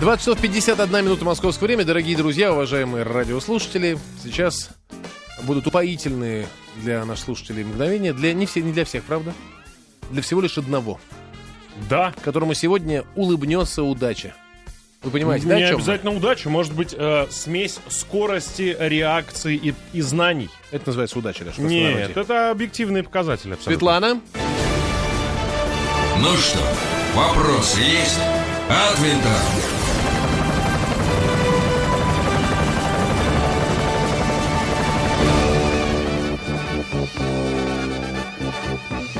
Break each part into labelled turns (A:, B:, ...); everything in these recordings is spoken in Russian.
A: 20 часов 51 минута московского времени. Дорогие друзья, уважаемые радиослушатели, сейчас будут упоительные для наших слушателей мгновения. Для, не, все, не для всех, правда? Для всего лишь одного,
B: Да.
A: которому сегодня улыбнется удача. Вы понимаете, да,
B: не
A: о чем? я?
B: обязательно удача, может быть, э, смесь скорости, реакции и, и знаний.
A: Это называется удача, Леш, в простонародье.
B: Нет, это объективные показатели. абсолютно.
A: Светлана?
C: Ну что, вопрос есть? От винта.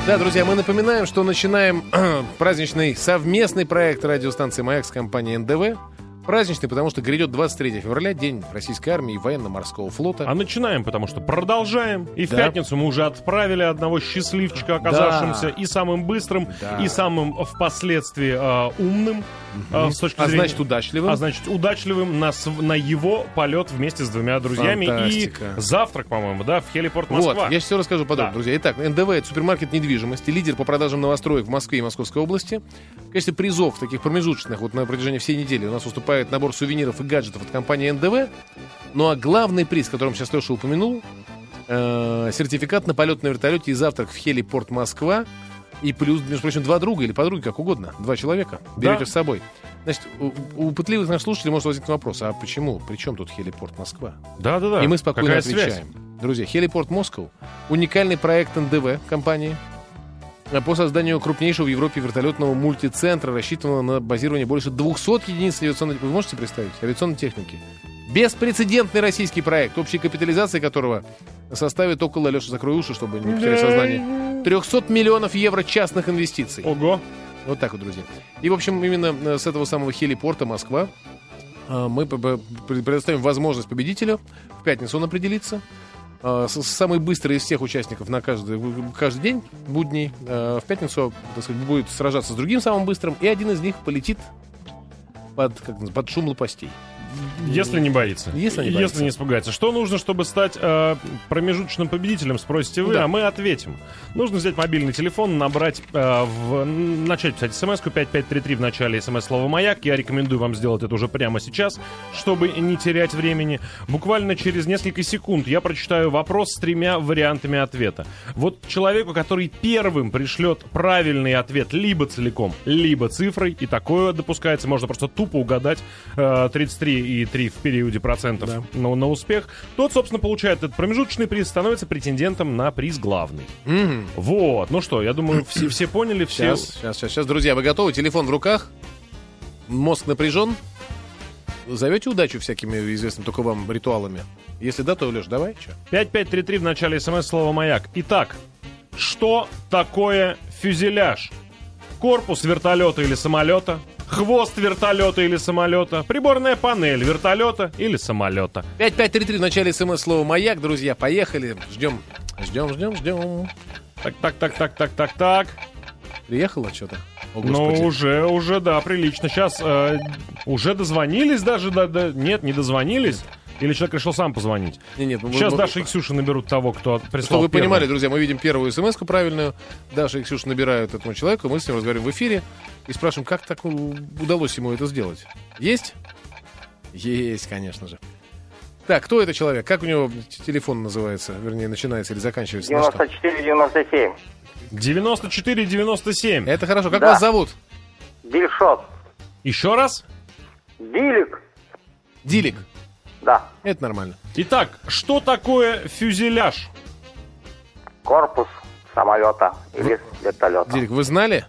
A: Да, друзья, мы напоминаем, что начинаем праздничный совместный проект радиостанции «Маяк» с компанией НДВ. Праздничный, потому что грядет 23 февраля, день российской армии и военно-морского флота.
B: А начинаем, потому что продолжаем. И в
A: Да.
B: пятницу мы уже отправили одного счастливчика, оказавшимся и самым быстрым,
A: Да.
B: и самым впоследствии э, умным э, с точки
A: А
B: зрения...
A: значит, удачливым.
B: А значит, удачливым на, св- на его полет вместе с двумя друзьями
A: Фантастика.
B: и завтрак, по-моему, да, в хелипорт
A: Вот,
B: Москва.
A: я все расскажу подробно,
B: Да.
A: друзья. Итак, НДВ — это супермаркет недвижимости, лидер по продажам новостроек в Москве и Московской области. В качестве призов таких промежуточных вот на протяжении всей недели у нас выступает набор сувениров и гаджетов от компании НДВ. Ну а главный приз, которым сейчас Леша упомянул, э, сертификат на полет на вертолете и завтрак в хелипорт Москва. И плюс, между прочим, два друга или подруги, как угодно, два человека.
B: Да.
A: Берете с собой. Значит, у, у пытливых наших слушателей может возникнуть вопрос, а почему? При чем тут хелипорт Москва?
B: Да-да-да.
A: И мы спокойно
B: Какая связь?
A: отвечаем. Друзья, Хелипорт Москва уникальный проект НДВ компании а, по созданию крупнейшего в Европе вертолетного мультицентра, рассчитанного на базирование больше 200 единиц авиационной... Вы можете представить? Авиационной техники. Беспрецедентный российский проект, общей капитализации которого составит около, Леша, закрой уши, чтобы не потерять сознание, 300 миллионов евро частных инвестиций.
B: Ого.
A: Вот так вот, друзья. И, в общем, именно э, с этого самого хелипорта Москва э, мы п- п- пред- предоставим возможность победителю в пятницу он определится. Э, с- Самый быстрый из всех участников на каждый, каждый день будний э, в пятницу так сказать, будет сражаться с другим самым быстрым, и один из них полетит под, как называется, под шум лопастей.
B: Если не боится.
A: Если не боится.
B: Если не испугается. Что нужно, чтобы стать э, промежуточным победителем, спросите вы,
A: Да.
B: а мы ответим. Нужно взять мобильный телефон, набрать, э, в- н- начать писать смс-ку 5533 в начале смс-слова «Маяк». Я рекомендую вам сделать это уже прямо сейчас, чтобы не терять времени. Буквально через несколько секунд я прочитаю вопрос с тремя вариантами ответа. Вот человеку, который первым пришлет правильный ответ либо целиком, либо цифрой, и такое допускается, можно просто тупо угадать э, 33 и 3 в периоде процентов на, на успех, тот, собственно, получает этот промежуточный приз, становится претендентом на приз главный.
A: Мгм.
B: Вот, ну что, я думаю, все, все поняли, все...
A: Сейчас, сейчас, сейчас, сейчас, друзья, вы готовы? Телефон в руках, мозг напряжен. Зовете удачу всякими известными только вам ритуалами? Если да, то, Леш, давай, чё?
B: 5533 в начале смс слово «Маяк». Итак, что такое фюзеляж? Корпус вертолета или самолета? Хвост вертолета или самолета? Приборная панель вертолета или самолета?
A: 5533 в начале смс слова «Маяк». Друзья, поехали. Ждем. Ждем, ждем, ждем.
B: Так, так, так, так, так, так, так.
A: Приехало что-то? О,
B: Ну,
A: господи.
B: уже, уже, да, прилично. Сейчас э, уже дозвонились даже, да, да. Нет, не дозвонились. Или человек решил сам позвонить.
A: Не, нет, ну, мы-
B: Сейчас
A: мы-
B: Даша и Ксюша наберут того, кто от- прислал
A: Чтобы вы
B: первым.
A: понимали, друзья, мы видим первую смс правильную. Даша и Ксюша набирают этому человеку, мы с ним разговариваем в эфире и спрашиваем, как так у- удалось ему это сделать. Есть? Есть, конечно же. Так, кто это человек? Как у него т- телефон называется? Вернее, начинается или заканчивается? на что?
D: 94-97.
B: 94-97.
A: Это хорошо. Как
D: Да.
A: вас зовут?
D: Дильшот.
B: Еще раз.
D: Дилик.
A: Дилик.
D: Да.
A: Это нормально.
B: Итак, что такое фюзеляж?
D: Корпус самолета или вертолета.
A: Дилик, вы знали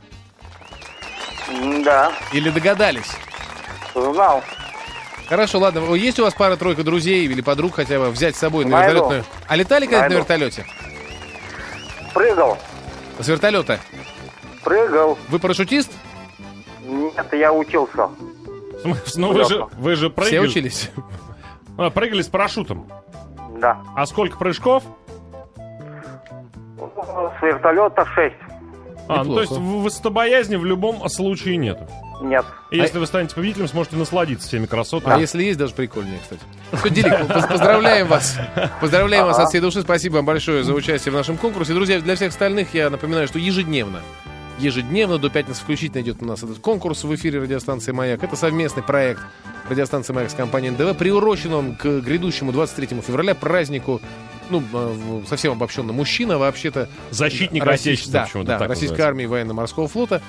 D: Да.
A: или догадались?
D: Знал.
A: Хорошо, ладно. О, Есть у вас пара-тройка друзей или подруг хотя бы взять с собой на
D: Найду.
A: вертолетную? А летали когда-нибудь на
D: Найду.
A: вертолете?
D: Прыгал.
A: С вертолета.
D: Прыгал.
A: Вы парашютист?
D: Нет, я учился.
B: В смысле, Ну, вы же, вы же
A: Все
B: прыгали,
A: учились?
B: а, прыгали с парашютом.
D: Да.
B: А сколько прыжков?
D: С вертолета 6.
B: А, ну,
A: Неплохо.
B: то есть в высотобоязни в любом случае нету.
D: Нет.
B: И
A: А-
B: если вы станете победителем, сможете насладиться всеми красотами.
A: А если есть, даже прикольнее, кстати. Все, Дилик, поз- поздравляем вас. Поздравляем вас от всей души. Спасибо вам большое за участие в нашем конкурсе. Друзья, для всех остальных я напоминаю, что ежедневно ежедневно. До пятницы включительно идет у нас этот конкурс в эфире радиостанции «Маяк». Это совместный проект радиостанции «Маяк» с компанией НДВ, приурочен он к грядущему 23 февраля празднику ну, э, в- совсем обобщенно, мужчина, вообще-то...
B: Защитник
A: Россий-
B: Отечества
A: да,
B: почему-то
A: да,
B: так
A: российской
B: называется.
A: армии и военно-морского флота.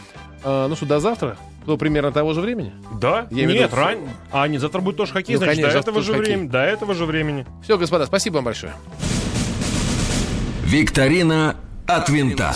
A: Э, ну что, до завтра? До примерно того же времени.
B: Да?
A: Я имею в
B: Нет,
A: виду-
B: ран... А, не завтра будет тоже хоккей,
A: Ну,
B: значит,
A: конечно,
B: до
A: завтра
B: этого, же
A: тоже хоккей.
B: времени, до этого же времени.
A: Все, господа, спасибо вам большое.
C: Викторина от винта.